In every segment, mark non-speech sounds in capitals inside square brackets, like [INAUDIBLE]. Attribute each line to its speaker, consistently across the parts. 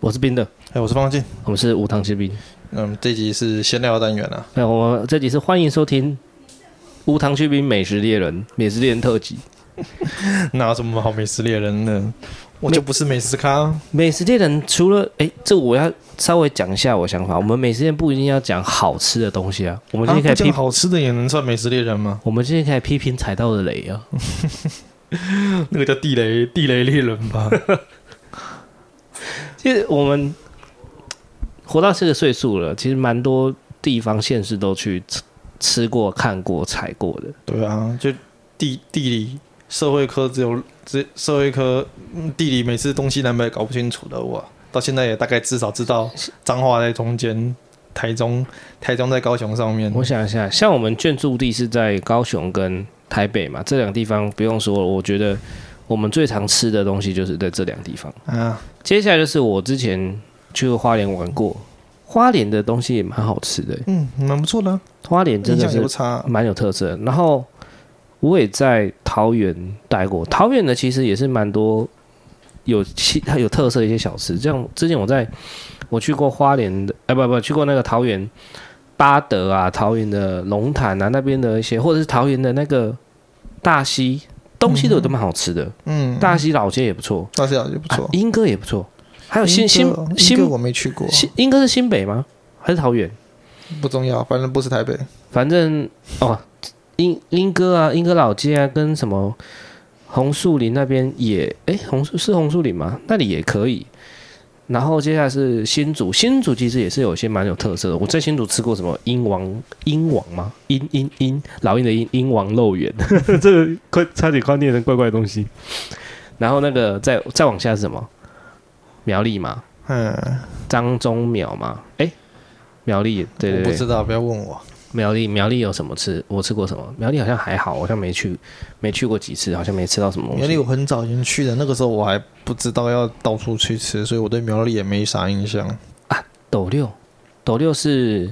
Speaker 1: 我是冰的，
Speaker 2: 哎、我是方进。
Speaker 1: 我们是无糖之冰。
Speaker 2: 嗯，这集是闲聊单元啊。
Speaker 1: 那我们这集是欢迎收听《无糖去冰美食猎人》美食猎人特辑。
Speaker 2: [LAUGHS] 哪有什么好美食猎人呢？我就不是美食咖。
Speaker 1: 美食猎人除了哎，这我要稍微讲一下我想法。我们美食猎人不一定要讲好吃的东西啊，我
Speaker 2: 我
Speaker 1: 们今天可以批，
Speaker 2: 好吃的也能算美食猎人吗？
Speaker 1: 我们今天可以批评踩到的雷啊。
Speaker 2: [LAUGHS] 那个叫地雷地雷猎人吧。
Speaker 1: 其实我们活到这个岁数了，其实蛮多地方县市都去吃吃过、看过、踩过的。
Speaker 2: [LAUGHS] 对啊，就地地理社会科只有只社会科嗯地理每次东西南北搞不清楚的我，到现在也大概至少知道彰化在中间，台中台中在高雄上面。
Speaker 1: 我想一下，像我们卷住地是在高雄跟台北嘛，这两个地方不用说了，我觉得我们最常吃的东西就是在这两个地方。
Speaker 2: 啊，
Speaker 1: 接下来就是我之前去过花莲玩过，花莲的东西也蛮好吃的，
Speaker 2: 嗯，蛮不错的、啊，
Speaker 1: 花莲真
Speaker 2: 印
Speaker 1: 的
Speaker 2: 象也不
Speaker 1: 是
Speaker 2: 差啊、
Speaker 1: 蛮有特色的。然后我也在桃园待过，桃园的其实也是蛮多有其有特色的一些小吃，像之前我在我去过花莲的，哎、不不，去过那个桃园巴德啊，桃园的龙潭啊那边的一些，或者是桃园的那个大溪，东西都都蛮好吃的，
Speaker 2: 嗯，
Speaker 1: 大溪老街也不错，
Speaker 2: 大小也不错
Speaker 1: 啊。莺歌也不错，哦还有新
Speaker 2: 新
Speaker 1: 新新
Speaker 2: 个我没去过，
Speaker 1: 新莺歌是新北吗？还是桃园？
Speaker 2: 不重要，反正不是台北。
Speaker 1: 反正哦，英英歌啊，英歌老街啊，跟什么红树林那边也，诶，红树是红树林吗？那里也可以。然后接下来是新竹，新竹其实也是有一些蛮有特色的。我在新竹吃过什么鹰王鹰王吗？鹰鹰鹰老鹰的鹰鹰王肉圆，这个快差点快念成怪怪的东西。然后那个再再往下是什么？苗栗嘛，
Speaker 2: 嗯，
Speaker 1: 张忠苗嘛，诶，苗栗对对
Speaker 2: 我
Speaker 1: 对
Speaker 2: 不，知道，不要问我。
Speaker 1: 苗栗苗栗有什么吃？我吃过什么？苗栗好像还好，好像没去没去过几次，好像没吃到什么东西。
Speaker 2: 苗栗我很早以前去的，那个时候我还不知道要到处去吃，所以我对苗栗也没啥印象。
Speaker 1: 斗六，斗六是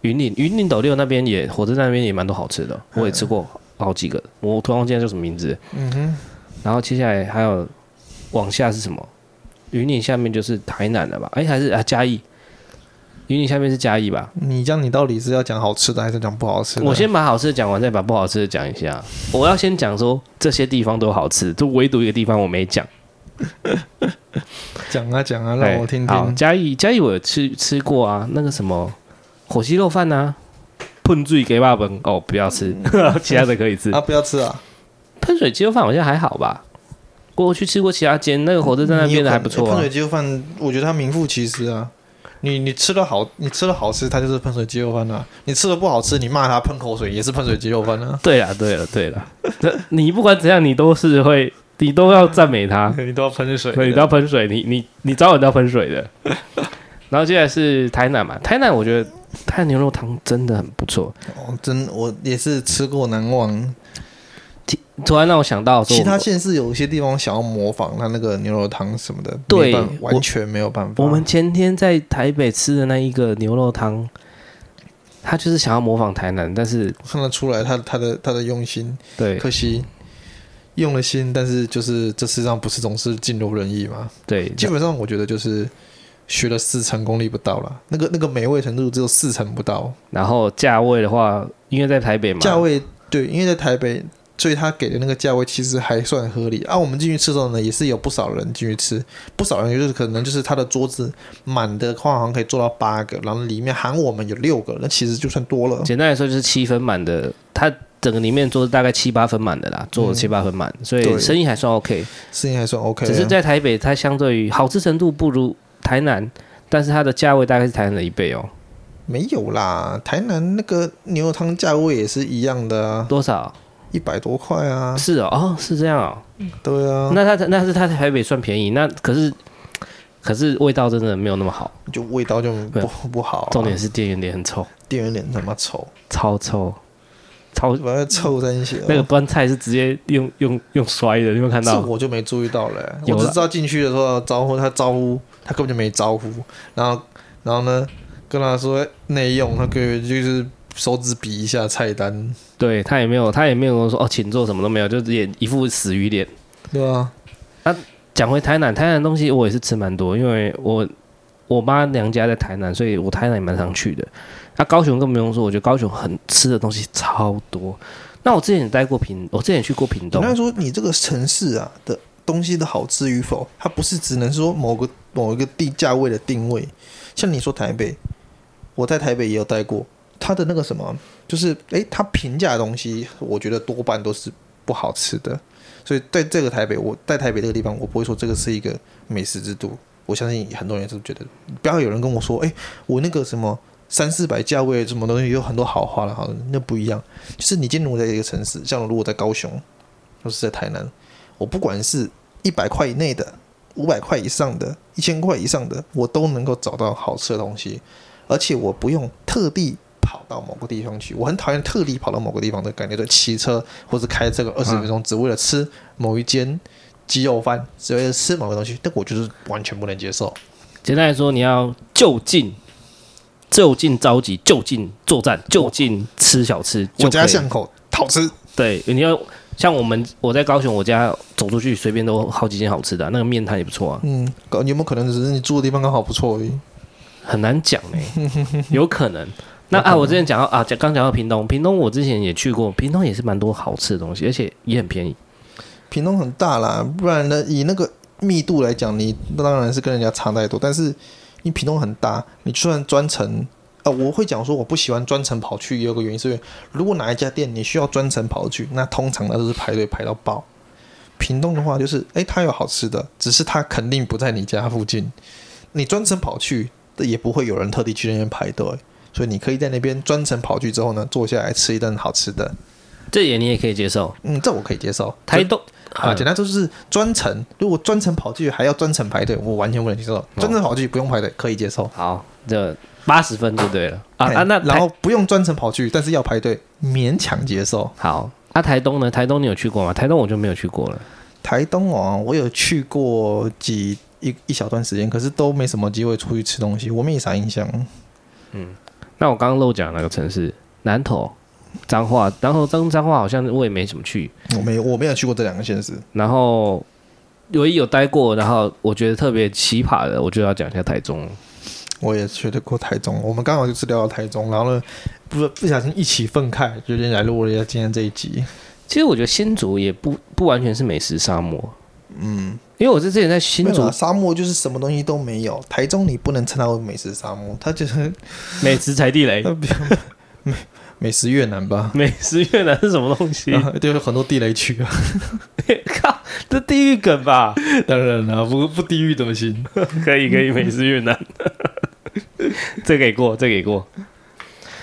Speaker 1: 云林，云林斗六那边也火车站那边也蛮多好吃的，我也吃过好几个，我突然忘记它叫什么名字。
Speaker 2: 嗯哼，
Speaker 1: 然后接下来还有往下是什么？云林下面就是台南了吧？哎，还是啊嘉义？云林下面是嘉义吧？
Speaker 2: 你这样，你到底是要讲好吃的还是讲不好吃的？
Speaker 1: 我先把好吃的讲完，再把不好吃的讲一下。我要先讲说这些地方都好吃，就唯独一个地方我没讲。
Speaker 2: 讲啊讲啊，
Speaker 1: 哎
Speaker 2: 让我听
Speaker 1: 好，
Speaker 2: 听。
Speaker 1: 嘉义嘉义我有吃吃过啊，那个什么火鸡肉饭啊，喷水给爸本哦，不要吃， [LAUGHS] 其他的可以吃
Speaker 2: 啊，。不要吃啊！
Speaker 1: 喷水鸡肉饭好像还好吧，过去吃过其他间，那个火车站那
Speaker 2: 哎你有
Speaker 1: 边的还
Speaker 2: 可
Speaker 1: 不
Speaker 2: 能
Speaker 1: 错
Speaker 2: 喷
Speaker 1: 啊
Speaker 2: 水。鸡肉饭，我觉得它名副其实啊。你你吃了好，你吃了好吃，它就是喷水鸡肉饭啊。你吃了不好吃，你骂它喷口水也是喷水鸡肉饭啊。
Speaker 1: 对了，对了，对了，这 [LAUGHS] 你不管怎样，你都是会，你都要赞美他。
Speaker 2: [LAUGHS] 你都要喷水的，
Speaker 1: 啊对，你都要喷水，你你你早晚都要喷水
Speaker 2: [LAUGHS]
Speaker 1: 的。然后接下来是台南嘛，台南我觉得台南牛肉汤真的很不错。
Speaker 2: 哦，真我也是吃过难忘。
Speaker 1: 突然让哦我想到说，
Speaker 2: 其他县市有一些地方想要模仿它那个牛肉汤什么的，
Speaker 1: 对
Speaker 2: 没办法
Speaker 1: 我
Speaker 2: 完全没有办法。
Speaker 1: 我们前天在台北吃的那一个牛肉汤，他就是想要模仿台南，但是
Speaker 2: 看得出来他他的他的用心，
Speaker 1: 对
Speaker 2: 可惜用了心，但是就是这世上不是总是尽如人意嘛。
Speaker 1: 对
Speaker 2: 基本上我觉得就是学了四成功力不到啦，那个那个美味程度只有四成不到，
Speaker 1: 然后价位的话，因为在台北嘛，
Speaker 2: 价位对，因为在台北。所以他给的那个价位其实还算合理啊。我们进去吃的时候呢，也是有不少人进去吃，不少人就是可能就是他的桌子满的话，好像可以坐到八个，然后里面含我们有六个，那其实就算多了。
Speaker 1: 简单来说就是七分满的，它整个里面做大概七八分满的啦，做了七八分满，所嗯以啊
Speaker 2: 对
Speaker 1: 生意还算 OK。
Speaker 2: 事情还算 OK，啊
Speaker 1: 只是在台北，它相对于好吃程度不如台南，但是它的价位大概是台南的一倍哦，
Speaker 2: 没有啦，台南那个牛肉汤价位也是一样的啊，
Speaker 1: 多少？
Speaker 2: 一百多块啊，
Speaker 1: 是哦，哦是这样哦。
Speaker 2: 对啊，
Speaker 1: 那它那是它在台北算便宜，那可是可是味道真的没有那么好，
Speaker 2: 就味道就不不好啊、
Speaker 1: 重点是店员脸很臭。
Speaker 2: 店员脸他妈臭，
Speaker 1: 超臭，超
Speaker 2: 把它臭三血。
Speaker 1: 那个端菜是直接用用用摔的，你有没有看
Speaker 2: 这
Speaker 1: 到？
Speaker 2: 我就没注意到了、
Speaker 1: 有
Speaker 2: 我只
Speaker 1: 啦
Speaker 2: 知道进去的时候招呼他招呼，他根本就没招呼，然后然后呢跟他说哎内用，他根本就是手指比一下菜单，
Speaker 1: 对他也没有，他也没有跟我说哦，请坐，什么都没有，就也一副死鱼脸。
Speaker 2: 对啊，
Speaker 1: 讲回台南，台南的东西我也是吃蛮多，因为我我妈娘家在台南，所以我台南也蛮常去的。那、高雄更不用说，我觉得高雄很吃的东西超多。那我之前也待过屏，我之前也去过屏
Speaker 2: 简
Speaker 1: 东，
Speaker 2: 单说，你这个城市啊的东西的好吃与否，它不是只能说某个某一个地价位的定位。像你说台北，我在台北也有待过，它的那个什么，啊就是诶，它平价的东西，我觉得多半都是不好吃的。所以在这个台北，我在台北这个地方，我不会说这个是一个美食之都。我相信很多人也是觉得，不要有人跟我说，诶，哎我那个什么三四百价位什么东西有很多好话了，好了，那不一样。就是你今天如果在一个城市，像如果在高雄，或是在台南，我不管是一百块以内的、五百块以上的、一千块以上的，我都能够找到好吃的东西，而且我不用特地跑到某个地方去。我很讨厌特地跑到某个地方的感觉，就骑车或是开这个二十分钟，只为了吃某一间鸡肉饭，只为了吃某个东西，但我就是完全不能接受。
Speaker 1: 简单来说，你要就近。就近召集，就近作战，就近吃小吃。
Speaker 2: 我家
Speaker 1: 像。
Speaker 2: 巷口好吃，
Speaker 1: 对，你要像我们我在高雄，我家走出去随便都好几间好吃的啊、那个面摊也不错啊，
Speaker 2: 嗯，有没有可能只是你住的地方刚好不错而已？
Speaker 1: 很难讲呢、 [LAUGHS] 有可能。那啊，我之前讲到啊，讲刚讲到屏东，屏东我之前也去过，屏东也是蛮多好吃的东西，而且也很便宜。
Speaker 2: 屏东很大啦，不然呢，以那个密度来讲，你当然是跟人家差太多。但是你屏东很大，你就算专程，呃，我会讲说我不喜欢专程跑去，也有个原因是因为，如果哪一家店你需要专程跑去，那通常那都是排队排到爆。屏东的话就是，诶，它有好吃的，只是它肯定不在你家附近，你专程跑去也不会有人特地去那边排队。所以你可以在那边专程跑去之后呢，坐下来吃一顿好吃的，
Speaker 1: 这也你也可以接受。
Speaker 2: 嗯，这我可以接受。
Speaker 1: 台东
Speaker 2: 啊，
Speaker 1: 啊
Speaker 2: 简单说就是专程，如果专程跑去还要专程排队，我完全不能接
Speaker 1: 哦
Speaker 2: 受。专程跑去不用排队可以接受
Speaker 1: 好，这八十分就对了啊
Speaker 2: 嘿
Speaker 1: 啊，那
Speaker 2: 然
Speaker 1: 台
Speaker 2: 后不用专程跑去，但是要排队勉强接受。
Speaker 1: 好啊，台东呢？台东你有去过吗？台东我就没有去过了。
Speaker 2: 台东哦，我有去过几一一小段时间，可是都没什么机会出去吃东西，我没啥印象。
Speaker 1: 那我刚刚漏讲哪个城市？南投、彰化，然后彰彰化好像我也没怎么去。
Speaker 2: 我没我没有去过这两个县市。
Speaker 1: 然后唯一有待过，然后我觉得特别奇葩的，我就要讲一下台中。
Speaker 2: 我也去得过台中，我们刚好就是聊到台中，然后呢，不不小心一起愤慨，决定来录了一下今天这一集。
Speaker 1: 其实我觉得新竹也不不完全是美食沙漠，嗯，啊因为我是之前在新
Speaker 2: 没有
Speaker 1: 竹
Speaker 2: 啦沙漠就是什么东西都没有，台中你不能称它为美食沙漠，它就是
Speaker 1: 美食踩地 [LAUGHS] 雷，
Speaker 2: 那比美美食越南吧，
Speaker 1: 美食越南是什么东 [LAUGHS] 西？
Speaker 2: 啊 [LAUGHS] 就是很多地雷区啊。
Speaker 1: 靠，这地狱梗吧？
Speaker 2: 当然啦、不不地狱怎么行？
Speaker 1: [LAUGHS] 可以可以，美食越南， [LAUGHS] 这给过，这给过。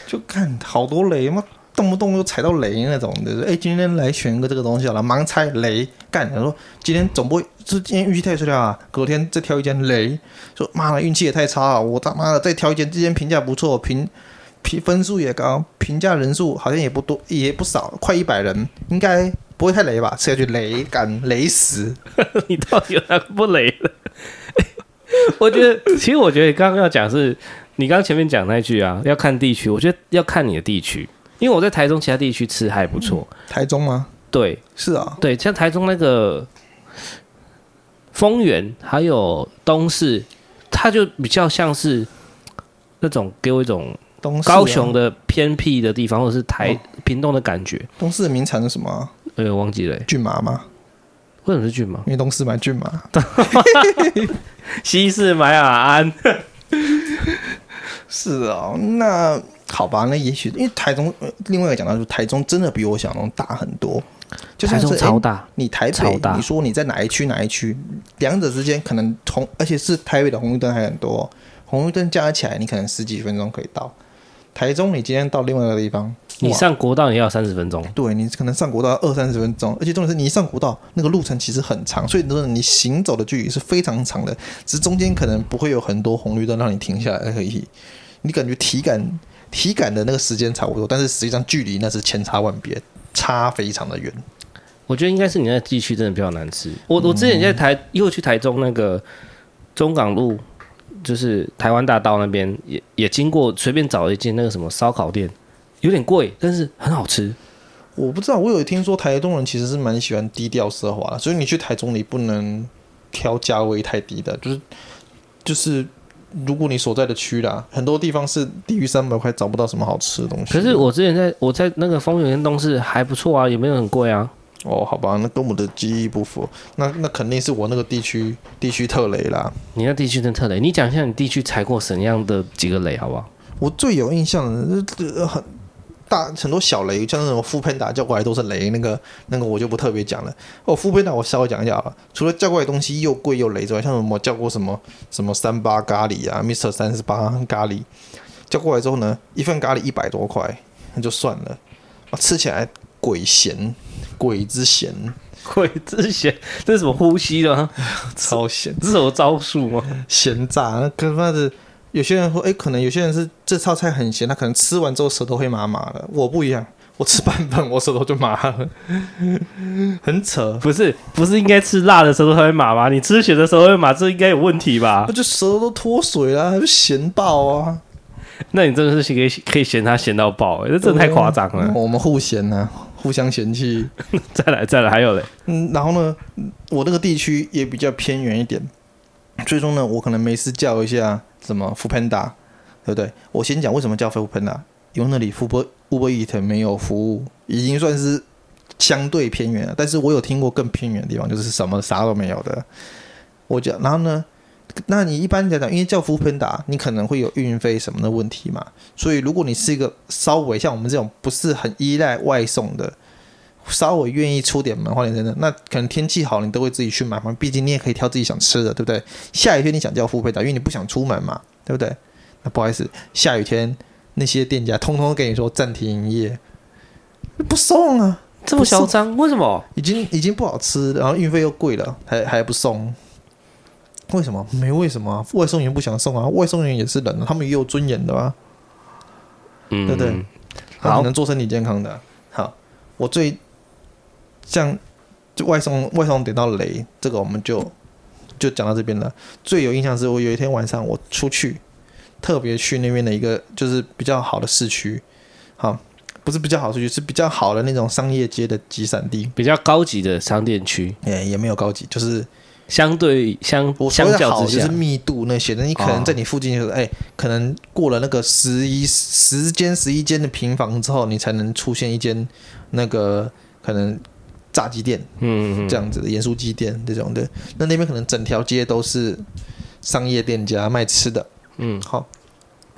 Speaker 2: 就看好多雷嘛，动不动就踩到雷那种的。哎、今天来选一个这个东西好了，盲猜雷干。然后今天总不会是今天运气太差啊，隔天再挑一间雷，说妈的运气也太差了，我他妈的再挑一间，这间评价不错，评评分数也高，评价人数好像也不多，也不少，快一百人，应该不会太雷吧？吃下去雷干雷死。
Speaker 1: 你到底有哪个不雷了？ [LAUGHS] 我觉得，其实我觉得刚刚要讲是，你刚刚前面讲那句啊，要看地区，我觉得要看你的地区，因为我在台中其他地区吃还不错，
Speaker 2: 台中吗？
Speaker 1: 对
Speaker 2: 是啊，
Speaker 1: 对，像台中那个丰原还有东市，它就比较像是那种给我一种
Speaker 2: 东市啊
Speaker 1: 高雄的偏僻的地方，或者是台
Speaker 2: 哦
Speaker 1: 屏东的感觉，
Speaker 2: 东市的名产是什么啊？
Speaker 1: 哎呦，忘记了欸，
Speaker 2: 骏马吗？
Speaker 1: 为什么是骏马？
Speaker 2: 因为东市买骏马。
Speaker 1: 西式玛雅安，
Speaker 2: 是
Speaker 1: 哦
Speaker 2: 啊，那好吧，那也许因为台中，呃另外一个讲到就是台中真的比我想中大很多，就
Speaker 1: 台
Speaker 2: 像是
Speaker 1: 中
Speaker 2: 哎诶
Speaker 1: 超大。
Speaker 2: 你台
Speaker 1: 超
Speaker 2: 北
Speaker 1: 大，
Speaker 2: 你说你在哪一区哪一区，两者之间可能同，而且是台北的红绿灯还很多哦、红绿灯加起来你可能十几分钟可以到。台中你今天到另外一个地方，
Speaker 1: 你
Speaker 2: 哇
Speaker 1: 上国道也要三十分钟，
Speaker 2: 对你可能上国道二三十分钟，而且重点是你一上国道那个路程其实很长，所以你说你行走的距离是非常长的，只是中间可能不会有很多红绿灯让你停下来而已。你感觉体感体感的那个时间差不多，但是实际上距离那是千差万别，差非常的远。
Speaker 1: 我觉得应该是你那个地区真的比较难吃。我我之前在台，因为我去台中那个中港路，就是台湾大道那边，也也经过，随便找了一间那个什么烧烤店，有点贵，但是很好吃。
Speaker 2: 啊我不知道，我有听说台东人其实是蛮喜欢低调奢华的，所以你去台中你不能挑价位太低的，就是就是如果你所在的区啦，很多地方是低于三百块找不到什么好吃的东西。
Speaker 1: 可是我之前在我在那个丰原跟东市还不错啊，也没有很贵啊。
Speaker 2: 哦，好吧，那跟我的记忆不符，那那肯定是我那个地区地区特雷啦。
Speaker 1: 你那地区真特雷，你讲一下你地区踩过什么样的几个雷好不好？
Speaker 2: 我最有印象的就是呃很大很多小雷，像那种副喷打叫过来都是雷，那个那个我就不特别讲了。哦，副喷打我稍微讲一下好了。除了叫过来东西又贵又雷之外，像什么叫过什么什么三八咖喱啊，Mr 三十八咖喱，叫过来之后呢，一份咖喱一百多块，那就算了，啊吃起来鬼咸，鬼之咸，
Speaker 1: 鬼之前这是什么呼吸的吗？
Speaker 2: 超咸。
Speaker 1: 这是什么招数吗？
Speaker 2: 咸炸，那跟妈的，有些人说，哎、可能有些人是这道菜很咸，他可能吃完之后舌头会麻麻的。我不一样，我吃半份，我舌头就麻了， [LAUGHS] 很扯。
Speaker 1: 不是，不是应该吃辣的时候才会麻吗？你吃血的时候会麻，这应该有问题吧
Speaker 2: 那？就舌头都脱水啦，还不咸爆啊！
Speaker 1: 那你真的是可以可以嫌他嫌到爆、欸，这真的太夸张了。
Speaker 2: 哦我们互嫌呐、互相嫌弃。
Speaker 1: 再来，再来，还有嘞，
Speaker 2: 嗯，然后呢，我那个地区也比较偏远一点，最终呢，我可能没事叫一下什么 f o o Panda，对不对？我先讲为什么叫 f o o Panda，因为那里 f o o Uber Eat 没有服务，已经算是相对偏远了。但是我有听过更偏远的地方，就是什么啥都没有的。我讲，然后呢，那你一般来讲，因为叫 f o o Panda，你可能会有运费什么的问题嘛，所以如果你是一个稍微像我们这种不是很依赖外送的，稍微愿意出点门花点钱的，那可能天气好，你都会自己去买嘛。毕竟你也可以挑自己想吃的，对不对？下雨天你想叫付费打，因为你不想出门嘛，对不对？那不好意思，下雨天那些店家通通都跟你说暂停营业，不送啊，
Speaker 1: 这么嚣张，为什么？
Speaker 2: 已经已经不好吃，然后运费又贵了，还还不送。为什么？没为什么啊、外送员不想送啊，外送员也是人啊，他们也有尊严的啊。
Speaker 1: 嗯，
Speaker 2: 对不对？他
Speaker 1: 好
Speaker 2: 们能做身体健康的啊。好，我最像就外送外送点到雷，这个我们就就讲到这边了。最有印象是我有一天晚上我出去，特别去那边的一个就是比较好的市区，好，不是比较好的市区，是比较好的那种商业街的集散地，
Speaker 1: 比较高级的商店区，
Speaker 2: 也也没有高级，就是
Speaker 1: 相对相
Speaker 2: 我说
Speaker 1: 相
Speaker 2: 的
Speaker 1: 较
Speaker 2: 好
Speaker 1: 之
Speaker 2: 就
Speaker 1: 下嗯
Speaker 2: 是，密度那些，那你可能在你附近就是哎、可能过了那个十一十间十一间的平房之后，你才能出现一间那个可能炸鸡店
Speaker 1: 嗯嗯嗯
Speaker 2: 这样子的盐酥鸡店这种的。那那边可能整条街都是商业店家卖吃的。
Speaker 1: 嗯，
Speaker 2: 好，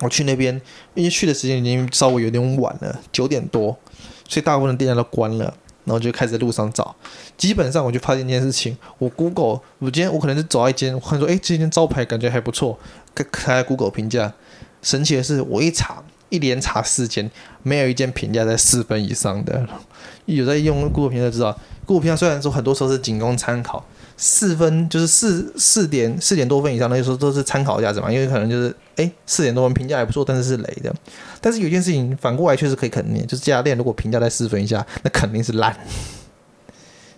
Speaker 2: 我去那边，因为去的时间已经稍微有点晚了，九点多，所以大部分的店家都关了。然后就开始在路上找，基本上我就发现一件事情，我 Google，我今天我可能是走到一间，我看说，哎，这间招牌感觉还不错，开开 Google 评价。神奇的是，我一查，一连查四间，没有一间评价在四分以上的。有在用 Google 评价就知道，Google 评价虽然说很多时候是仅供参考，四分就是四四点四点多分以上，那就说都是参考价值嘛，因为可能就是哎四点多分评价还不错，但是是雷的。但是有一件事情反过来确实可以肯定的，就是这家店如果评价在四分以下，那肯定是烂，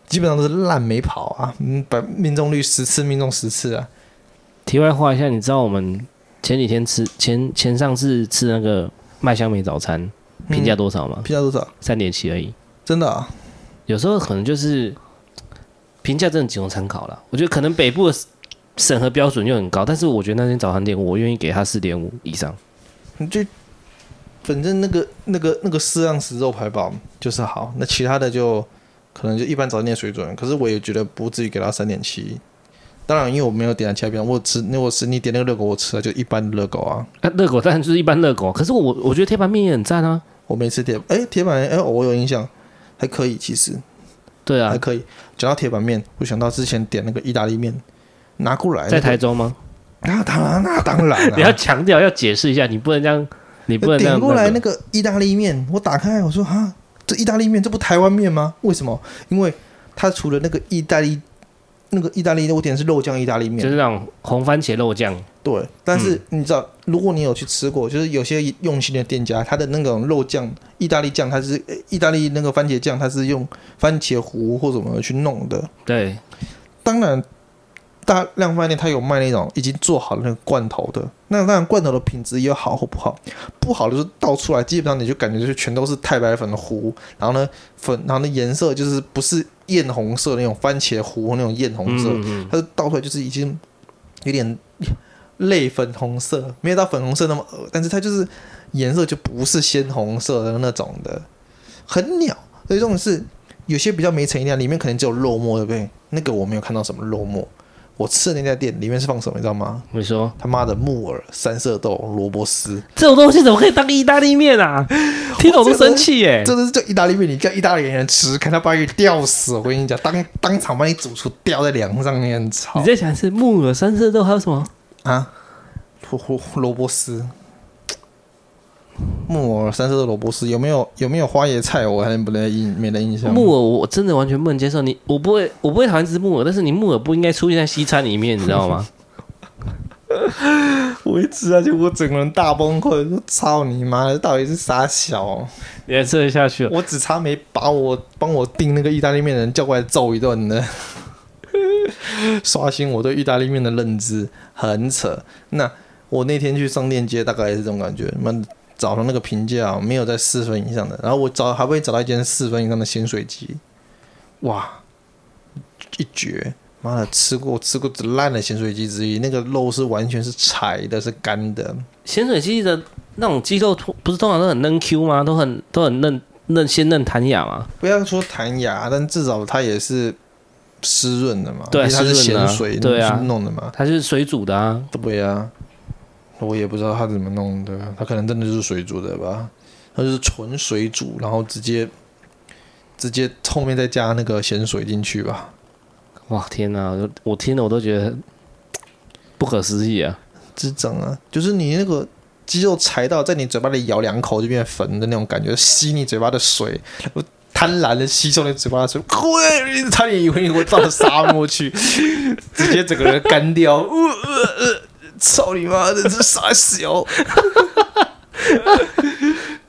Speaker 2: 基本上都是烂没跑啊，嗯，百命中率十次命中十次啊，
Speaker 1: 题外话一下，你知道我们前几天吃前前上次吃那个麦香梅早餐评价
Speaker 2: 嗯
Speaker 1: 多少吗？
Speaker 2: 评价多少？
Speaker 1: 三点七而已。
Speaker 2: 真的、啊，
Speaker 1: 有时候可能就是评价真的仅供参考了。我觉得可能北部的审核标准又很高，但是我觉得那间早餐店，我愿意给他四点五以上。
Speaker 2: 你就反正那个那个那个四盎司肉排堡就是好，那其他的就可能就一般早餐店水准。可是我也觉得不至于给到三点七。当然，因为我没有点其他边，我吃那我吃你点那个热狗，我吃了就一般的热狗啊，
Speaker 1: 啊，热狗当然就是一般热狗，可是我我觉得铁板面也很赞啊。
Speaker 2: 我没吃铁哎、铁板哎、我有印象，还可以其实
Speaker 1: 对啊
Speaker 2: 还，可以。讲到铁板面，我想到之前点那个意大利面拿过来、
Speaker 1: 在台中吗？
Speaker 2: 那当然那当然、
Speaker 1: [LAUGHS]
Speaker 2: 啊，
Speaker 1: 你要强调要解释一下，你不能这样，你不能这样
Speaker 2: 点过来
Speaker 1: 那
Speaker 2: 那
Speaker 1: 个
Speaker 2: 个意大利面，我打开我说啊，这意大利面这不台湾面吗？为什么？因为它除了那个意大利那个意大利，我点的是肉酱意大利
Speaker 1: 就
Speaker 2: 面，
Speaker 1: 是嗯那种红番茄肉酱，
Speaker 2: 对。但是你知道，如果你有去吃过，就是有些用心的店家，他的那种肉酱意大利酱，它是呃意大利那个番茄酱，它是用番茄糊或什么去弄的。
Speaker 1: 对，
Speaker 2: 当然，大量饭店它有卖那种已经做好了那个罐头的，那当然罐头的品质也有好或不好，不好的就是倒出来，基本上你就感觉就是全都是太白粉的糊，然后呢粉，然后呢颜色就是不是艳红色那种番茄糊那种艳红色，
Speaker 1: 嗯嗯
Speaker 2: 它倒出来就是已经有点 [LAUGHS] 类粉红色，没有到粉红色那么恶，但是它就是颜色就不是鲜红色的那种的，很鸟。所以这种是有些比较没诚意啊，里面可能只有肉末，对不对？那个我没有看到什么肉末，我吃的那家店里面是放什么，你知道吗？
Speaker 1: 你说
Speaker 2: 他妈的木耳、三色豆、萝卜丝，
Speaker 1: 这种东西怎么可以当意大利面啊？听懂都生气耶、
Speaker 2: 这都是叫意大利面，你叫意大利人吃，看他把你吊死！我跟你讲，当当场把你煮出吊在梁上面炒
Speaker 1: 你再想一次，木耳、三色豆还有什么？
Speaker 2: 啊，胡胡萝卜丝、木耳、三色豆、萝卜丝，有没有有没有花椰菜？我还不太印没得印象。
Speaker 1: 木耳我真的完全不能接受，你我不会我不会讨厌吃木耳，但是你木耳不应该出现在西餐里面，你知道吗？
Speaker 2: 我一吃下去，我整个人大崩溃，我说操你妈的，到底是啥小？
Speaker 1: [LAUGHS] 你还吃得下去了？哦
Speaker 2: 我只差没把我帮我订那个意大利面的人叫过来揍一顿呢。 [LAUGHS] 刷新我对意大利面的认知，很扯。那我那天去商店街，大概也是这种感觉。那找到那个评价没有在四分以上的，然后我找还不会找到一间四分以上的咸水鸡，哇，一绝！妈的，吃过吃过最烂的咸水鸡之一，那个肉是完全是柴的，是干的。
Speaker 1: 咸水鸡的那种鸡肉，不是通常都很嫩 Q 吗？都很都很嫩嫩鲜嫩弹牙吗？
Speaker 2: 不要说弹牙，但至少它也是湿润的嘛，
Speaker 1: 对啊
Speaker 2: 因为它
Speaker 1: 湿
Speaker 2: 是
Speaker 1: 润
Speaker 2: 咸
Speaker 1: 的啊
Speaker 2: 水
Speaker 1: 对啊
Speaker 2: 去弄的嘛，
Speaker 1: 它是水煮的啊，
Speaker 2: 对啊，我也不知道它怎么弄的，它可能真的就是水煮的吧，它就是纯水煮，然后直接直接后面再加那个咸水进去吧，
Speaker 1: 哇天哪、我我听了我都觉得不可思议啊！
Speaker 2: 这整啊，就是你那个。鸡肉柴到在你嘴巴里咬两口就变粉的那种感觉，吸你嘴巴的水，我贪婪的吸收你嘴巴的水， [LAUGHS] 喂，差点以为我到了沙漠去， [LAUGHS] 直接整个人干掉，呃呃呃，操你妈的，这傻小！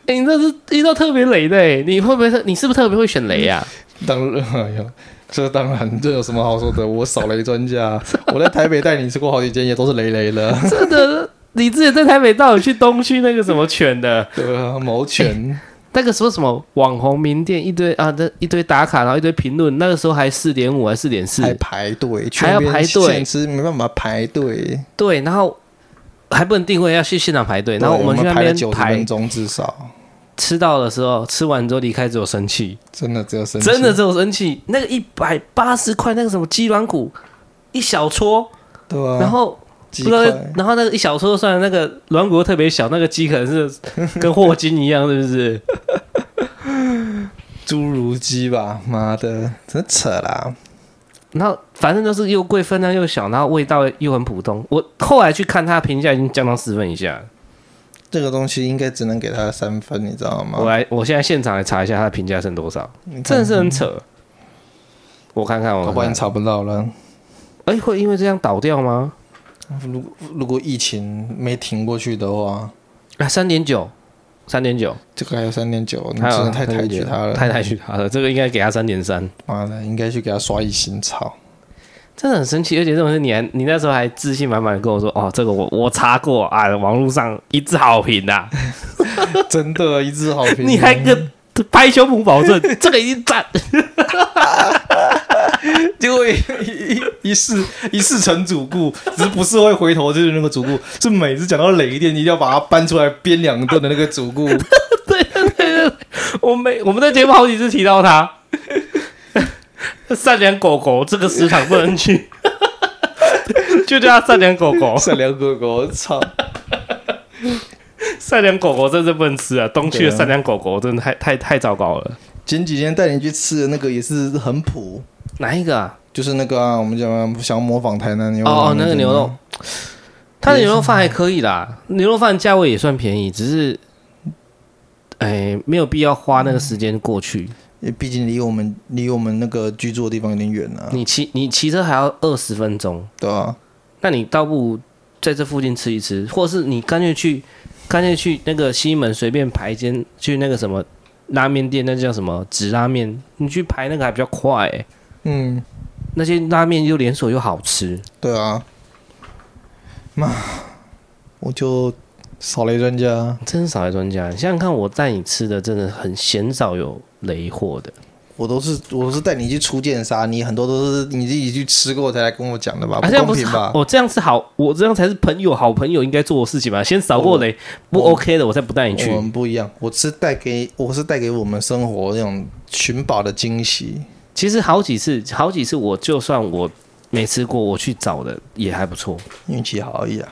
Speaker 1: 哎、你这是遇到特别雷的、欸，你会不会特？你是不是特别会选雷
Speaker 2: [LAUGHS]
Speaker 1: 啊？
Speaker 2: 当然，哎呀，这当然，这有什么好说的？我扫雷专家，我在台北带你吃过好几间，也都是雷雷的。
Speaker 1: 真的，你之前在台北到底去东区那个什么犬的，
Speaker 2: [LAUGHS] 对啊，毛犬，
Speaker 1: 那个时候什么网红名店一堆啊，那一堆打卡，然后一堆评论，那个时候还四点五还四点四，
Speaker 2: 哎还排队，
Speaker 1: 还要
Speaker 2: 去那边
Speaker 1: 排队
Speaker 2: 现吃，没办法排队。
Speaker 1: 对，然后还不能定位，要去现场排队，然后
Speaker 2: 对
Speaker 1: 我们去那
Speaker 2: 排了
Speaker 1: 边
Speaker 2: 九十
Speaker 1: 排
Speaker 2: 分，钟至少，
Speaker 1: 吃到的时候吃完之后离开只有生气，
Speaker 2: 真的只有生气
Speaker 1: 真的只有生气。那个一百八十块那个什么鸡软骨一小撮，
Speaker 2: 对啊。
Speaker 1: 然后。
Speaker 2: 鸡
Speaker 1: 不知道
Speaker 2: 块，，
Speaker 1: 然后那个一小撮算了那个软骨又特别小，那个鸡可能是跟霍金一样，是不
Speaker 2: [LAUGHS]
Speaker 1: 是？
Speaker 2: [LAUGHS] 侏儒鸡吧，妈的，真的扯啦！
Speaker 1: 然后反正就是又贵，分量又小，然后味道又很普通。我后来去看它评价已经降到四分以下了，
Speaker 2: 这个东西应该只能给他三分，你知道吗？
Speaker 1: 我来，我现在现场来查一下它的评价剩多少，
Speaker 2: 你看
Speaker 1: 真的是很扯。我看看，
Speaker 2: 搞
Speaker 1: 我
Speaker 2: 不好
Speaker 1: 看
Speaker 2: 你
Speaker 1: 看，
Speaker 2: 查不到了。
Speaker 1: 哎，会因为这样倒掉吗？
Speaker 2: 如如果疫情没停过去的话，
Speaker 1: 啊，三点九，三点九，
Speaker 2: 这个还有三点九，你
Speaker 1: 还
Speaker 2: 真
Speaker 1: 有啊
Speaker 2: 的太抬举他了，
Speaker 1: 太抬举他了，这个应该给他三点三，
Speaker 2: 妈的，应该去给他刷一星草。
Speaker 1: 真的很生气。而且这种事，你还你那时候还自信满满的跟我说，哦，这个我我查过啊，网络上一致好评呐、
Speaker 2: 真的，一
Speaker 1: [LAUGHS]
Speaker 2: 致好评。
Speaker 1: 你还
Speaker 2: [LAUGHS]
Speaker 1: 跟拍胸脯保证，这个已经赞。 [LAUGHS]
Speaker 2: 结果一一一世一世成主顾，只是不是会回头就是那个主顾，是每次讲到雷电，一定要把它搬出来鞭两顿的那个主顾。
Speaker 1: 我每我们在节目好几次提到他，善良狗狗这个市场不能去，就叫他善良狗狗。
Speaker 2: 善良哥哥，操！
Speaker 1: 善良狗狗真是不能吃啊！东区的善良狗狗真的太太太糟糕了。
Speaker 2: 前几天带你去吃的那个也是很普，
Speaker 1: 哪一个啊？
Speaker 2: 就是那个啊，我们讲啊想模仿台南牛肉
Speaker 1: 哦哦，
Speaker 2: 种
Speaker 1: 那个牛肉，他的牛肉饭还可以啦，牛肉饭价位也算便宜，只是，哎，没有必要花那个时间过去。
Speaker 2: 也毕竟离我们离我们那个居住的地方有点远啊，
Speaker 1: 你骑你骑车还要二十分钟，
Speaker 2: 对吧、啊？
Speaker 1: 那你倒不如在这附近吃一吃，或者是你干脆去，干脆去那个西门随便排一间，去那个什么拉面店，那叫什么纸拉面，你去排那个还比较快、欸。
Speaker 2: 嗯，
Speaker 1: 那些拉面又连锁又好吃，
Speaker 2: 对啊，那我就扫雷专家，
Speaker 1: 真是少来专家。你想想看，我带你吃的真的很鲜少有雷货的，
Speaker 2: 我都是我都是带你去出剑杀，你很多都是你自己去吃过才来跟我讲的吧？
Speaker 1: 啊，这样
Speaker 2: 公
Speaker 1: 不是
Speaker 2: 平吧？
Speaker 1: 我、这样是好，我这样才是朋友，好朋友应该做的事情吧？先扫过
Speaker 2: 嗯
Speaker 1: 雷，不
Speaker 2: 我
Speaker 1: OK 的，我再不带你去
Speaker 2: 我。们不一样，我是带给我是带给我们生活那种寻宝的惊喜。
Speaker 1: 其实好几次，好几次，我就算我没吃过，我去找的也还不错。
Speaker 2: 运气好而已啊，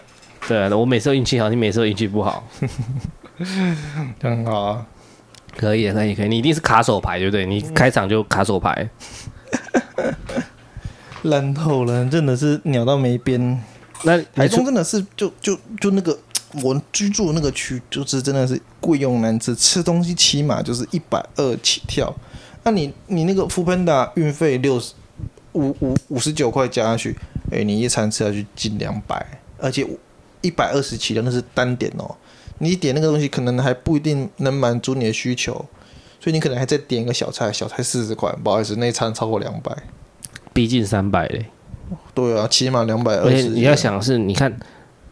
Speaker 1: 对啊，我每次都运气好，你每次都运气不好。嗯
Speaker 2: 这样很好啊。
Speaker 1: 可以，啊可以，可以，你一定是卡手牌，对不对？你开场就卡手牌。
Speaker 2: 烂透了，真的是鸟到没边。
Speaker 1: 那
Speaker 2: 台
Speaker 1: 你
Speaker 2: 中
Speaker 1: 出
Speaker 2: 真的是就就就那个我居住的那个区，就是真的是贵用难吃，吃东西起码就是一百二起跳。那、你你那个富喷达运费六十五五五十九块加下去，哎、你一餐吃下去近两百，而且一百二十起跳那是单点哦。你点那个东西可能还不一定能满足你的需求，所以你可能还再点一个小菜，小菜四十块，不好意思，那一餐超过两百。
Speaker 1: 逼近三百嘞，
Speaker 2: 对啊，起码两百
Speaker 1: 而
Speaker 2: 二
Speaker 1: 且
Speaker 2: 十。
Speaker 1: 你要想的是，你看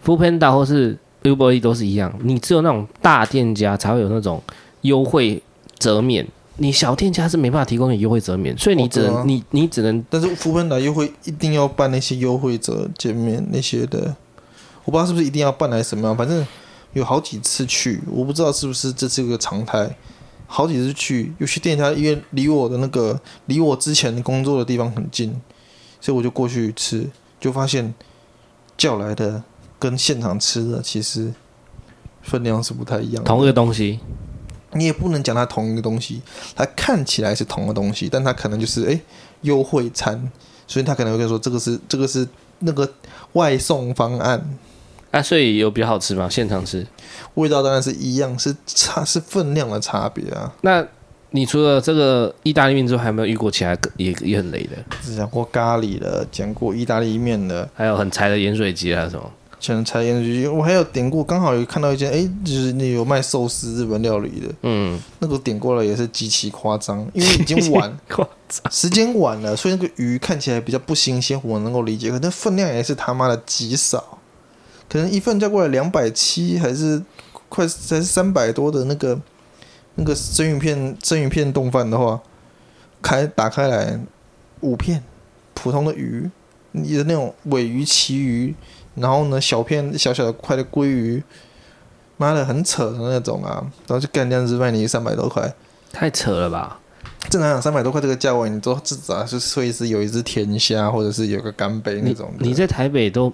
Speaker 1: f o o Panda 或是 Uber E 都是一样，你只有那种大店家才会有那种优惠折免，你小店家是没办法提供你优惠折免，所以你只能、
Speaker 2: 哦对啊
Speaker 1: 你你只能
Speaker 2: 但是福本达又会一定要办那些优惠者见面那些的，我不知道是不是一定要办还是什么样，反正有好几次去，我不知道是不是这是个常态。好几次去，有些店家因为离我的那个离我之前工作的地方很近，所以我就过去吃，就发现叫来的跟现场吃的其实分量是不太一样的。
Speaker 1: 同一个东西。
Speaker 2: 你也不能讲它同一个东西，它看起来是同个东西，但它可能就是诶优惠餐，所以他可能会跟你说这个是这个是那个外送方案，
Speaker 1: 啊，所以有比较好吃吗？现场吃？
Speaker 2: 味道当然是一样，是差是分量的差别啊。
Speaker 1: 那你除了这个意大利面之外，还有没有遇过其他个也也很雷的？
Speaker 2: 只讲过咖喱的，讲过意大利面的，
Speaker 1: 还有很柴的盐水鸡啊什么？
Speaker 2: 讲柴盐焗鸡，我还有点过，刚好有看到一间诶，就是那有卖寿司日本料理的， [LAUGHS]
Speaker 1: 嗯，
Speaker 2: 那个点过来也是极其夸张，因为已经晚时间晚了，所以那个鱼看起来比较不新鲜，我能够理解。可那分量也是他妈的极少，可能一份叫过来两百七还是快才三百多的那个那个生鱼片生鱼片冻饭的话，开打开来五片普通的鱼，你的那种尾鱼、旗鱼，然后呢小片小小的块的鲑鱼，妈的很扯的那种啊，然后就干这样子卖你三百多块。
Speaker 1: 太扯了吧！
Speaker 2: 正常讲三百多块这个价位，你都至少是说一只有一只甜虾，或者是有个干贝那
Speaker 1: 你
Speaker 2: 种的。
Speaker 1: 你在台北都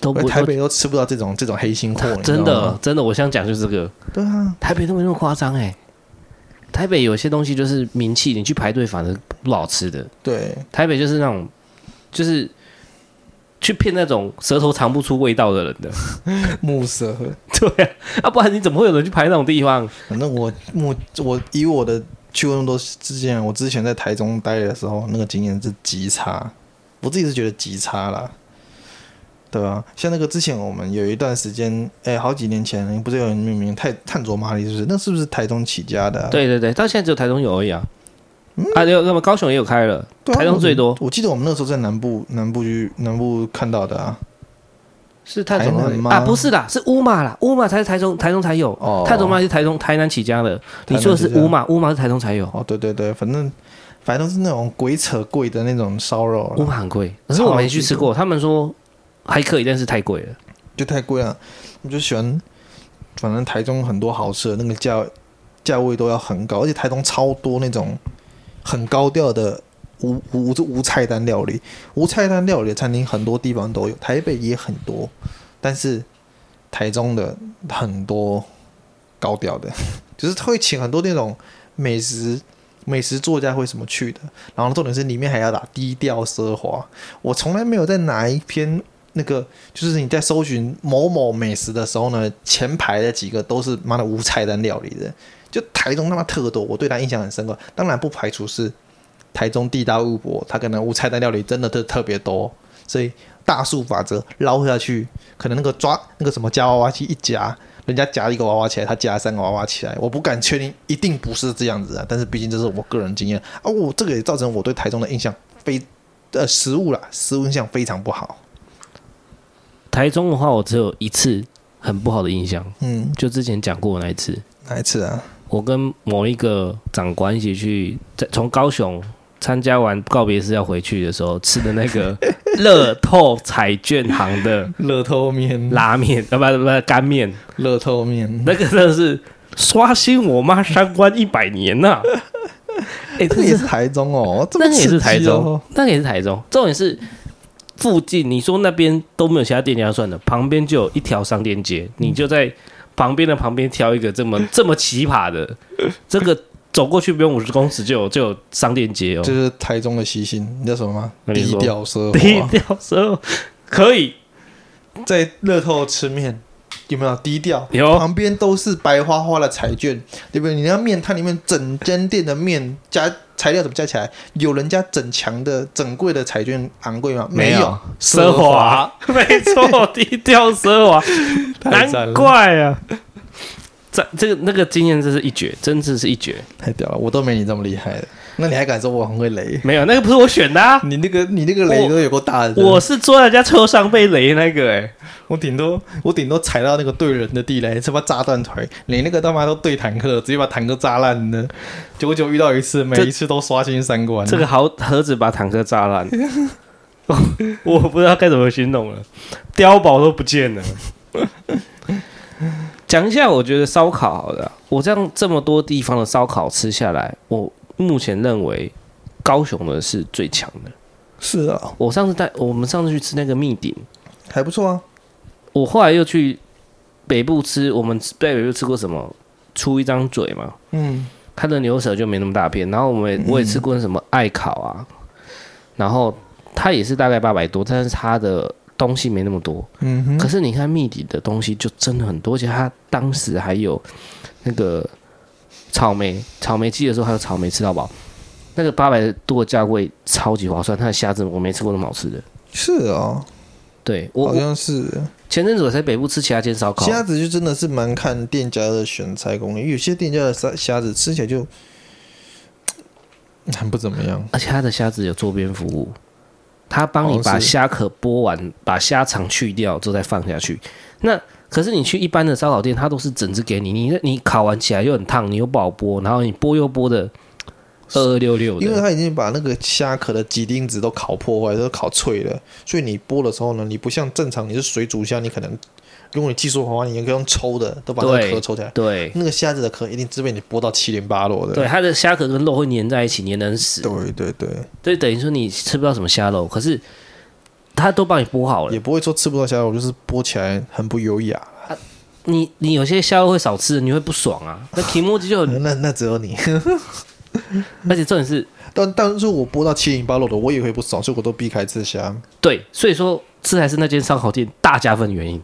Speaker 1: 都
Speaker 2: 在
Speaker 1: 不
Speaker 2: 台北都吃不到这种这种黑心货，你知道
Speaker 1: 啊真的
Speaker 2: 吗？
Speaker 1: 真的，我想讲就是这个，
Speaker 2: 对啊，
Speaker 1: 台北都没那么夸张哎。台北有些东西就是名气，你去排队反而不好吃的。
Speaker 2: 对，
Speaker 1: 台北就是那种，就是去骗那种舌头尝不出味道的人的。 [LAUGHS]
Speaker 2: 木蛇。
Speaker 1: 对啊，啊，不然你怎么会有人去排那种地
Speaker 2: [LAUGHS]
Speaker 1: 方？
Speaker 2: 反正我目我以我的去过那么多之前，我之前在台中待的时候，那个经验是极差，我自己是觉得极差啦。对啊，像那个之前我们有一段时间，哎、好几年前，不是有人命名泰探卓玛丽，是不是？那是不是台中起家的、啊？
Speaker 1: 对对对，到现在只有台中有而已啊。
Speaker 2: 嗯
Speaker 1: 啊，有那么高雄也有开了，
Speaker 2: 对啊
Speaker 1: 台中最多
Speaker 2: 我记得我们那时候在南部，南部去南部看到的啊。
Speaker 1: 是泰中
Speaker 2: 台南吗
Speaker 1: 啊，不是啦，是乌马啦，乌马才是台中，台中才有。
Speaker 2: 哦
Speaker 1: 泰中嘛是台中台南起家的，
Speaker 2: 台南
Speaker 1: 你说的是
Speaker 2: 起家
Speaker 1: 乌马，乌马是台中才有，
Speaker 2: 哦，对对对，反正反正都是那种鬼扯贵的那种烧肉
Speaker 1: 乌
Speaker 2: 啦，
Speaker 1: 马很贵，可是我没去吃过，他们说还可以，但是太贵了。
Speaker 2: 就太贵了。我就喜欢，反正台中很多好吃的，那个价价位都要很高，而且台中超多那种很高调的无无无菜单料理，无菜单料理的餐厅很多地方都有，台北也很多，但是台中的很多高调的， [LAUGHS] 就是会请很多那种美食美食作家会什么去的，然后重点是里面还要打低调奢华。我从来没有在哪一篇那个，就是你在搜寻某某美食的时候呢，前排的几个都是妈的无菜单料理的，就台中他妈特多，我对他印象很深刻。当然不排除是台中地大物博，他可能无菜单料理真的特特别多，所以大数法则捞下去，可能那个抓那个什么夹娃娃机一夹。人家夹一个娃娃起来，他夹三个娃娃起来，我不敢确定，一定不是这样子啊。但是毕竟这是我个人经验啊，我这个也造成我对台中的印象非呃食物啦，食物印象非常不好。
Speaker 1: 台中的话，我只有一次很不好的印象，
Speaker 2: 嗯，
Speaker 1: 就之前讲过的那一次，
Speaker 2: 哪一次啊？
Speaker 1: 我跟某一个长官一起去，在从高雄参加完告别式要回去的时候吃的那个乐透彩券行的
Speaker 2: 乐透面，
Speaker 1: 拉面，啊不不不干面，
Speaker 2: 乐透面，
Speaker 1: 那个真的是刷新我妈三观一百年呐、哎、
Speaker 2: 这
Speaker 1: 这
Speaker 2: 个也
Speaker 1: 是
Speaker 2: 是台中哦，这么
Speaker 1: 那个也
Speaker 2: 刺
Speaker 1: 是
Speaker 2: 激
Speaker 1: 台中
Speaker 2: 哦，，
Speaker 1: 那个也是台中。重点是附近，你说那边都没有其他店家算了，旁边就有一条商店街，你就在旁边的旁边挑一个这么这么奇葩的，这个走过去不用五十公尺就有就有商店街哦
Speaker 2: 这，是台中的习性，你知道什么吗？
Speaker 1: 那你
Speaker 2: 低
Speaker 1: 说
Speaker 2: 调奢
Speaker 1: [LAUGHS] 低
Speaker 2: 华，
Speaker 1: 调时候可以
Speaker 2: 在乐透吃面有没有低调？
Speaker 1: 有
Speaker 2: 旁边都是白花花的彩券，对不对？你那面摊里面整间店的面加材料怎么加起来？有人家整墙的整柜的彩券昂贵吗？
Speaker 1: 没
Speaker 2: 有，
Speaker 1: 奢
Speaker 2: 华，
Speaker 1: 华，没错，低调奢华，
Speaker 2: 太赞
Speaker 1: 难
Speaker 2: 了
Speaker 1: 怪啊。这这个那个经验真是一绝，真的是一绝。
Speaker 2: 太屌了，我都没你这么厉害的。那你还敢说我很会雷？
Speaker 1: 没有，那个不是我选的、啊，
Speaker 2: 你那个你那个雷
Speaker 1: 我
Speaker 2: 都有够大的，
Speaker 1: 我是坐在人家车上被雷那个哎、
Speaker 2: 我顶多我顶多踩到那个对人的地雷，他妈炸断腿。你那个他妈都对坦克，直接把坦克炸烂的。久久遇到一次，每
Speaker 1: 这
Speaker 2: 一次都刷新三观。
Speaker 1: 这个好盒子把坦克炸烂， [LAUGHS] 我我不知道该怎么形容了，碉堡都不见了。 [LAUGHS] 讲一下，我觉得烧烤好了，我这样这么多地方的烧烤吃下来，我目前认为高雄的是最强的。
Speaker 2: 是啊，
Speaker 1: 我上次带我们上次去吃那个蜜鼎，
Speaker 2: 还不错啊。
Speaker 1: 我后来又去北部吃，我们在北部吃过什么？出一张嘴嘛，
Speaker 2: 嗯，
Speaker 1: 它的牛舌就没那么大片。然后我们也我也吃过什么爱烤啊，然后它也是大概八百多，但是它的东西没那么多。
Speaker 2: 嗯
Speaker 1: 可是你看密底的东西就真的很多，而且它当时还有那个草莓，草莓季的时候还有草莓吃到饱。那个八百多的价位超级划算，它的虾子我没吃过那么好吃的。
Speaker 2: 是哦，
Speaker 1: 对我
Speaker 2: 好
Speaker 1: 我
Speaker 2: 像是。
Speaker 1: 前阵子我在北部吃其他间烧烤，啊
Speaker 2: 虾子就真的是蛮看店家的选材功力，有些店家的虾虾子吃起来就嗯很不怎么样。
Speaker 1: 而且它的虾子有桌边服务，他帮你
Speaker 2: 哦
Speaker 1: 把
Speaker 2: 是
Speaker 1: 虾壳剥完，把虾肠去掉之后再放下去。那可是你去一般的烧烤店，它都是整只给你，你你烤完起来又很烫，你又不好剥，然后你剥又剥的二二六六
Speaker 2: 因为
Speaker 1: 的，
Speaker 2: 它已经把那个虾壳的几丁子都烤破坏，都烤脆了，所以你剥的时候呢，你不像正常你是水煮虾，你可能如果你技术好的话，你应该用抽的，都把那个
Speaker 1: 对
Speaker 2: 壳抽起来。
Speaker 1: 对
Speaker 2: 那个虾子的壳一定是被你剥到七零八落的。
Speaker 1: 对，它的虾壳跟肉会粘在一起，粘得很死，
Speaker 2: 对对对，
Speaker 1: 所以等于说你吃不到什么虾肉，可是它都帮你剥好了
Speaker 2: 也。不会说吃不到虾肉，就是剥起来很不优雅。
Speaker 1: 你你有些虾肉会少吃，你会不爽啊。
Speaker 2: [LAUGHS]
Speaker 1: 那提莫鸡就很，
Speaker 2: 那那只有你，
Speaker 1: 而且重点是
Speaker 2: 但但是我剥到七零八落的，我也会不爽，所以我都避开吃虾。
Speaker 1: 对，所以说这还是那间烧烤店大加分的原因。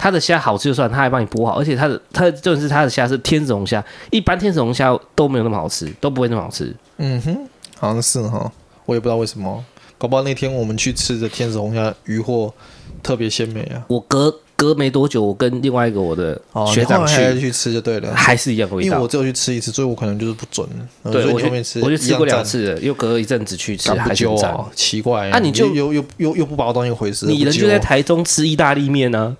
Speaker 1: 它的虾好吃就算，它还帮你剥好，而且它的它的重点是它的虾是天子龙虾，一般天子龙虾都没有那么好吃，都不会那么好吃。
Speaker 2: 嗯哼，好像是哈，我也不知道为什么。搞不好那天我们去吃的天使红虾鱼货特别鲜美啊。
Speaker 1: 我隔隔没多久，我跟另外一个我的
Speaker 2: 哦，
Speaker 1: 学长
Speaker 2: 你
Speaker 1: 去，
Speaker 2: 后来还是去吃就对了。
Speaker 1: 还是一样的味
Speaker 2: 因为
Speaker 1: 道
Speaker 2: 我。只有去吃一次，所以我可能就是不准。呃所
Speaker 1: 对，我
Speaker 2: 以你
Speaker 1: 就
Speaker 2: 后面吃，
Speaker 1: 我就
Speaker 2: 一
Speaker 1: 吃
Speaker 2: 样
Speaker 1: 过两
Speaker 2: 赞，
Speaker 1: 次了，又隔一阵子去吃，
Speaker 2: 干不
Speaker 1: 还是
Speaker 2: 揪
Speaker 1: 不赞。
Speaker 2: 哦，奇怪。
Speaker 1: 啊你就
Speaker 2: 又又又又不把我当一回事，
Speaker 1: 你
Speaker 2: 不
Speaker 1: 人
Speaker 2: 揪
Speaker 1: 就在台中吃意大利面啊呢、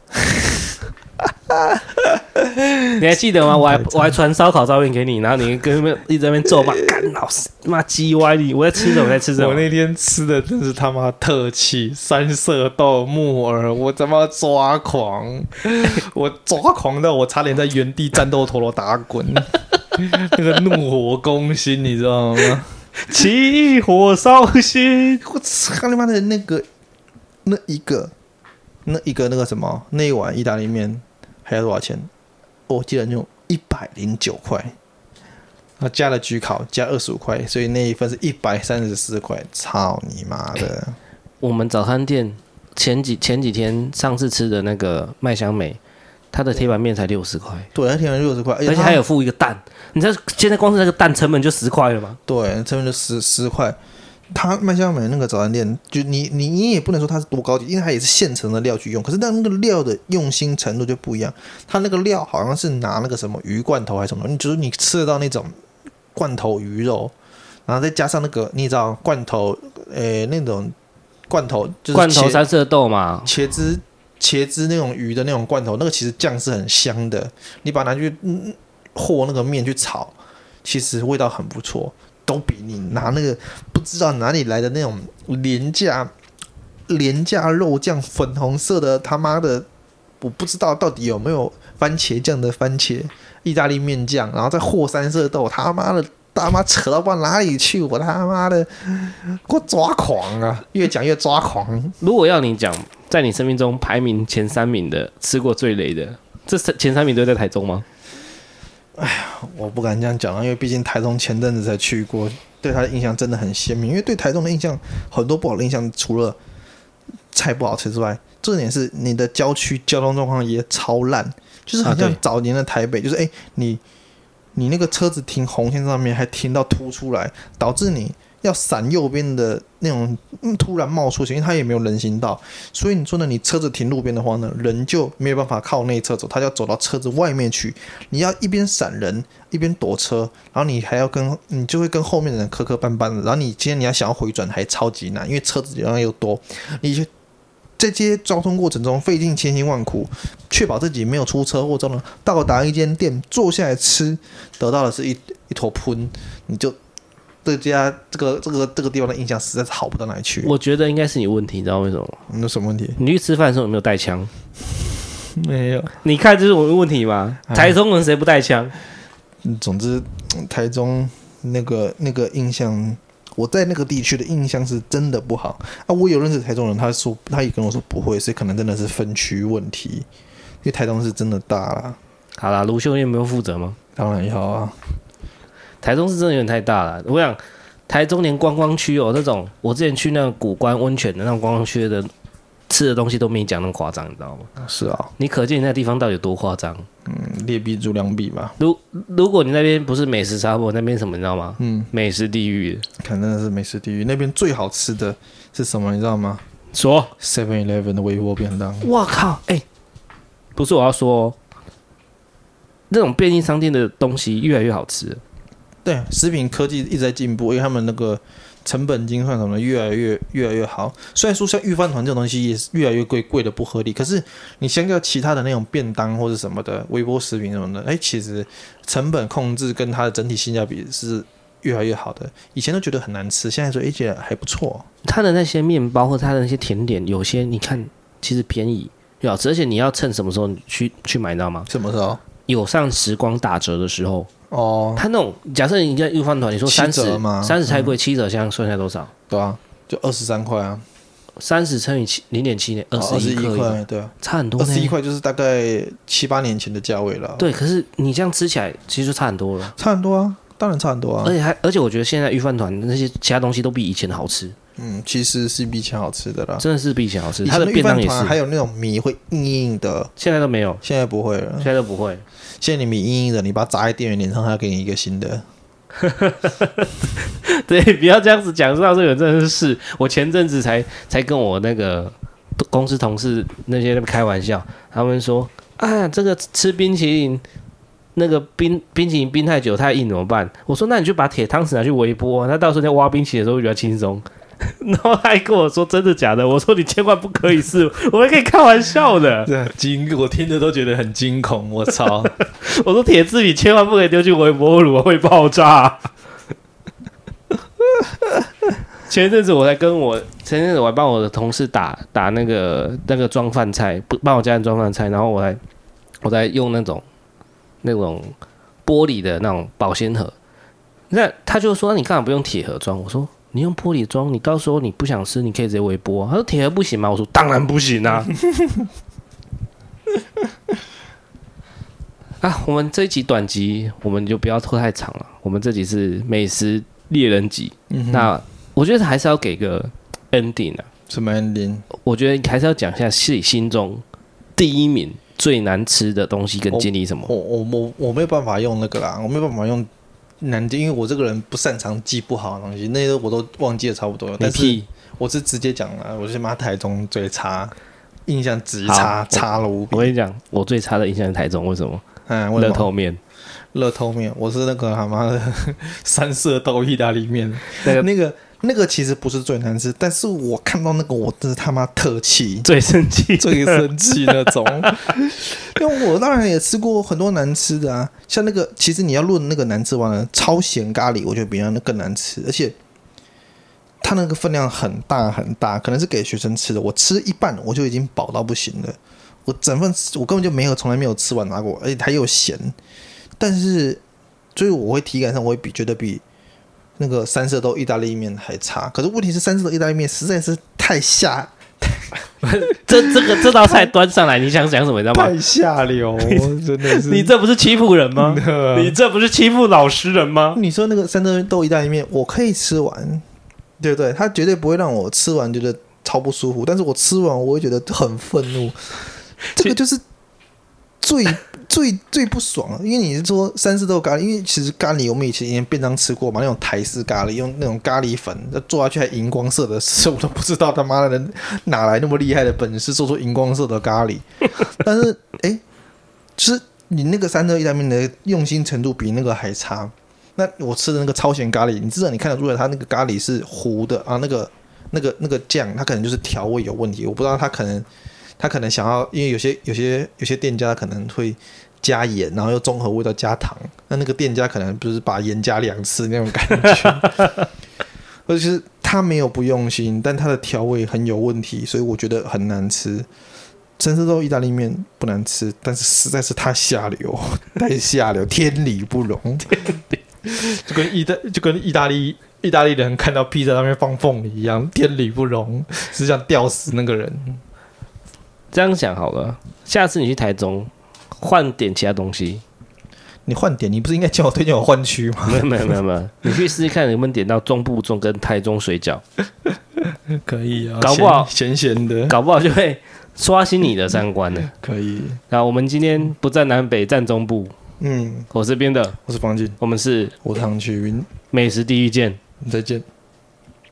Speaker 1: [LAUGHS] 你还记得吗？我还我还传烧烤照片给你，然后你跟那边一直在那边咒
Speaker 2: [LAUGHS]
Speaker 1: 骂，干老师骂鸡歪你，我在吃什么我在吃什
Speaker 2: 我
Speaker 1: 么？
Speaker 2: 那天吃的真是他妈特气，三色豆、木耳，我他妈抓狂， [LAUGHS] 我抓狂到我差点在原地战斗陀螺打滚，那个怒火攻心，你知道吗？
Speaker 1: 起火烧心，
Speaker 2: 我操他妈的那个那一个那一个那个什么那一碗意大利面还要多少钱？哦我记得就一百零九块，啊加了焗烤加二十五块，所以那一份是一百三十四块，操你妈的！
Speaker 1: 我们早餐店前几前几天上次吃的那个麦香美，它的铁板面才六十块，
Speaker 2: 对，那天然六十块，
Speaker 1: 而
Speaker 2: 哎
Speaker 1: 且
Speaker 2: 它
Speaker 1: 还有附一个蛋。你知道现在光是那个蛋成本就十块了吗？
Speaker 2: 对，这边就十十块。他麦香美那个早餐店，就你你你也不能说它是多高级，因为它也是现成的料去用，可是但那个料的用心程度就不一样。它那个料好像是拿那个什么鱼罐头还是什么，你就是你吃得到那种罐头鱼肉，然后再加上那个你知道罐头，诶、那种罐头就是
Speaker 1: 罐头
Speaker 2: 切
Speaker 1: 三色豆嘛，
Speaker 2: 茄子茄子那种鱼的那种罐头，那个其实酱是很香的，你把它拿去嗯和那个面去炒，其实味道很不错，都比你拿那个不知道哪里来的那种廉价廉价肉酱，粉红色的他妈的，我不知道到底有没有番茄酱的番茄意大利面酱，然后再和三色豆，他妈的。他妈扯到不知道哪里去，我他妈的，给我抓狂啊！越讲越抓狂，
Speaker 1: 如果要你讲，在你生命中排名前三名的吃过最雷的，这三前三名都在台中吗？
Speaker 2: 我不敢这样讲啊，因为毕竟台中前阵子才去过，对他的印象真的很鲜明。因为对台中的印象，很多不好的印象，除了菜不好吃之外，重点是你的郊区交通状况也超烂，就是很
Speaker 1: 啊
Speaker 2: 像
Speaker 1: 对
Speaker 2: 早年的台北，就是哎、你你那个车子停红线上面还停到凸出来，导致你要闪右边的那种、嗯、突然冒出去，因为它也没有人行道，所以你说呢，你车子停路边的话呢，人就没有办法靠内侧走，他就要走到车子外面去。你要一边闪人，一边躲车，然后你还要跟你就会跟后面的人磕磕绊绊的。然后你今天你要想要回转还超级难，因为车子流量又多，你就在这些交通过程中费尽千辛万苦，确保自己没有出车祸中呢，到达一间店坐下来吃，得到的是一一坨喷，你就对这家这个这个这个地方的印象实在是好不到哪里去。
Speaker 1: 我觉得应该是你问题，你知道为什么吗？
Speaker 2: 你有什么问题？
Speaker 1: 你去吃饭的时候有没有带枪？
Speaker 2: 没有。
Speaker 1: 你看这是我的问题吗？
Speaker 2: 哎
Speaker 1: 台中人谁不带枪？
Speaker 2: 嗯总之，嗯台中那个那个印象，我在那个地区的印象是真的不好啊。我有认识台中人，他说他也跟我说不会，所以可能真的是分区问题，因为台中是真的大啦，
Speaker 1: 好啦，卢秀燕没有负责吗？
Speaker 2: 当然要啊。
Speaker 1: 台中是真的有点太大了。我想，台中连观光区哦，那种我之前去那个古关温泉的那种观光区的吃的东西都没你讲那么夸张，你知道吗？
Speaker 2: 是啊，
Speaker 1: 你可见你那地方到底有多夸张。
Speaker 2: 嗯，劣币逐良币吧，
Speaker 1: 如如果你那边不是美食沙漠，那边什么你知道吗？
Speaker 2: 嗯，
Speaker 1: 美食地狱。
Speaker 2: 可能真的是美食地狱。那边最好吃的是什么，你知道吗
Speaker 1: 说，
Speaker 2: ？Seven Eleven 的微波便当，
Speaker 1: 我靠，哎、不是我要说、哦，那种便利商店的东西越来越好吃了。
Speaker 2: 对，食品科技一直在进步，因为他们那个成本精算什么的越来越越来越好。虽然说像御饭团这种东西也是越来越贵，贵的不合理，可是你相较其他的那种便当或者什么的微波食品什么的，哎，其实成本控制跟它的整体性价比是越来越好的。以前都觉得很难吃，现在说哎，觉得还不错。
Speaker 1: 它的那些面包或它的那些甜点，有些你看其实便宜又好吃，而且你要趁什么时候去去买，你知道吗？
Speaker 2: 什么时候？
Speaker 1: 有上时光打折的时候，
Speaker 2: 哦，
Speaker 1: 它那种假设你在御饭团，你说
Speaker 2: 七
Speaker 1: 三
Speaker 2: 折
Speaker 1: 十
Speaker 2: 吗嗯
Speaker 1: 三十太贵，七折现在算下来多少？
Speaker 2: 对啊，就二十三块啊，
Speaker 1: 三十乘以七零点七呢，二
Speaker 2: 二
Speaker 1: 十一
Speaker 2: 十一
Speaker 1: 克，
Speaker 2: 块，对啊，
Speaker 1: 差很多
Speaker 2: 二
Speaker 1: 呢。
Speaker 2: 十一块就是大概七八年前的价位了。，
Speaker 1: 对，可是你这样吃起来其实就差很多了，
Speaker 2: 差很多啊，当然差很多啊
Speaker 1: 而。且还而且我觉得现在御饭团那些其他东西都比以前好吃，
Speaker 2: 嗯，其实是比以前好吃的啦。
Speaker 1: 真的是比以前好吃。
Speaker 2: 哦以
Speaker 1: 它
Speaker 2: 前的
Speaker 1: 便当
Speaker 2: 御
Speaker 1: 也
Speaker 2: 饭团还
Speaker 1: 是，
Speaker 2: 有那种米会硬硬的，
Speaker 1: 现在都没有，
Speaker 2: 现在不会了
Speaker 1: 现。在都不会。
Speaker 2: 现在你米硬硬的，你把它砸在店员脸上，他要给你一个新的。
Speaker 1: [LAUGHS] 对，不要这样子讲，到这个真的是事。我前阵子才才跟我那个公司同事那些在那边开玩笑，他们说啊，这个吃冰淇淋，那个冰冰淇淋冰太久太硬怎么办？我说那你就把铁汤匙拿去微波、啊，那到时候在挖冰淇淋的时候会比较轻松。 [LAUGHS] 然后他还跟我说真的假的，我说你千万不可以试，我还可以开玩笑的。
Speaker 2: 对，惊，我听着都觉得很惊恐。我操！
Speaker 1: [LAUGHS] 我说铁制品千万不可以丢去微波炉，会爆炸。前阵子我才跟我前阵子我还帮我的同事打打那个那个装饭菜，不帮我家人装饭菜，然后我还我在用那种那种玻璃的那种保鲜盒，那他就说你干嘛不用铁盒装？我说你用玻璃装，你到时候你不想吃，你可以直接微波啊、他说铁盒不行吗？我说当然不行啊。啊，我们这一集短集，我们就不要拖太长了。我们这集是美食猎人集，那我觉得还是要给个 ending 啊。
Speaker 2: [LAUGHS] 什么 ending？
Speaker 1: 我觉得还是要讲一下自己心中第一名最难吃的东西跟经历什么。
Speaker 2: 我我我我没有办法用那个啦，我没有办法用南京，因为我这个人不擅长记不好的东西，那些我都忘记的差不多了。
Speaker 1: 你
Speaker 2: 但是
Speaker 1: 屁！
Speaker 2: 我是直接讲了，我是妈台中最差，印象直
Speaker 1: 好
Speaker 2: 差
Speaker 1: 我
Speaker 2: 差了无比
Speaker 1: 我。跟你讲，我最差的印象是台中，为什么？
Speaker 2: 嗯，为什
Speaker 1: 乐
Speaker 2: 么
Speaker 1: 透面
Speaker 2: [LAUGHS] 热透面，我是那个他妈的三色豆意大利面，
Speaker 1: 那个
Speaker 2: 那个那个其实不是最难吃，但是我看到那个我真是他妈特气，
Speaker 1: 最生气，
Speaker 2: 最生气那种。 [LAUGHS] 因为我当然也吃过很多难吃的啊，像那个其实你要论那个难吃完了，超咸咖喱我觉得比那更难吃，而且它那个分量很大很大，可能是给学生吃的，我吃一半我就已经饱到不行了，我整份吃我根本就没有从来没有吃完拿过，而且它又咸，但是所以我会体感上我会比觉得比。那个三色豆意大利面还差，可是问题是三色豆意大利面实在是太下
Speaker 1: [LAUGHS] 这这个这道菜端上来，你想讲什么？你知道吗？
Speaker 2: 太下流，真的是
Speaker 1: [LAUGHS] 你这不是欺负人
Speaker 2: [LAUGHS]
Speaker 1: 吗？
Speaker 2: 嗯
Speaker 1: 你这不是欺负老实人吗？
Speaker 2: 你说那个三色豆意大利面，我可以吃完，对不对？它绝对不会让我吃完觉得超不舒服，但是我吃完我会觉得很愤怒，这个就是最 [LAUGHS] 最最不爽了。因为你是说三色豆咖喱，因为其实咖喱我们以前以前便当吃过嘛，那种台式咖喱，用那种咖喱粉做下去还荧光色的，是我都不知道他妈的哪来那么厉害的本事做出荧光色的咖喱。但是哎，就是你那个三色意大利面的用心程度比那个还差。那我吃的那个超咸咖喱，你至少你看得出来，它那个咖喱是糊的啊，那个那个那个酱，它可能就是调味有问题，我不知道它可能它可能想要，因为有些有些有些店家可能会加盐，然后又综合味道加糖，那那个店家可能不是把盐加两次那种感觉，而且是他没有不用心，但它的调味很有问题，所以我觉得很难吃。三色豆意大利面不难吃，但是实在是太下流， [LAUGHS] 太下流，天理不容。就跟意大就跟意大利意大利人看到披萨上面放凤梨一样，天理不容，只想吊死那个人。
Speaker 1: 这样想好了，下次你去台中换点其他东西，
Speaker 2: 你换点，你不是应该叫我推荐我换区吗？
Speaker 1: 没有没有没有没有， [LAUGHS] 你去试试看能不能点到中部粽跟台中水饺，
Speaker 2: [LAUGHS] 可以啊
Speaker 1: 搞不好
Speaker 2: 咸咸的，
Speaker 1: 搞不好就会刷新你的三观呢。
Speaker 2: 可以。
Speaker 1: 那我们今天不站南北，站中部，
Speaker 2: 嗯，
Speaker 1: 我这边的，
Speaker 2: 我是方进，
Speaker 1: 我们是
Speaker 2: 我是唐启云，
Speaker 1: 美食地狱见。
Speaker 2: 再见。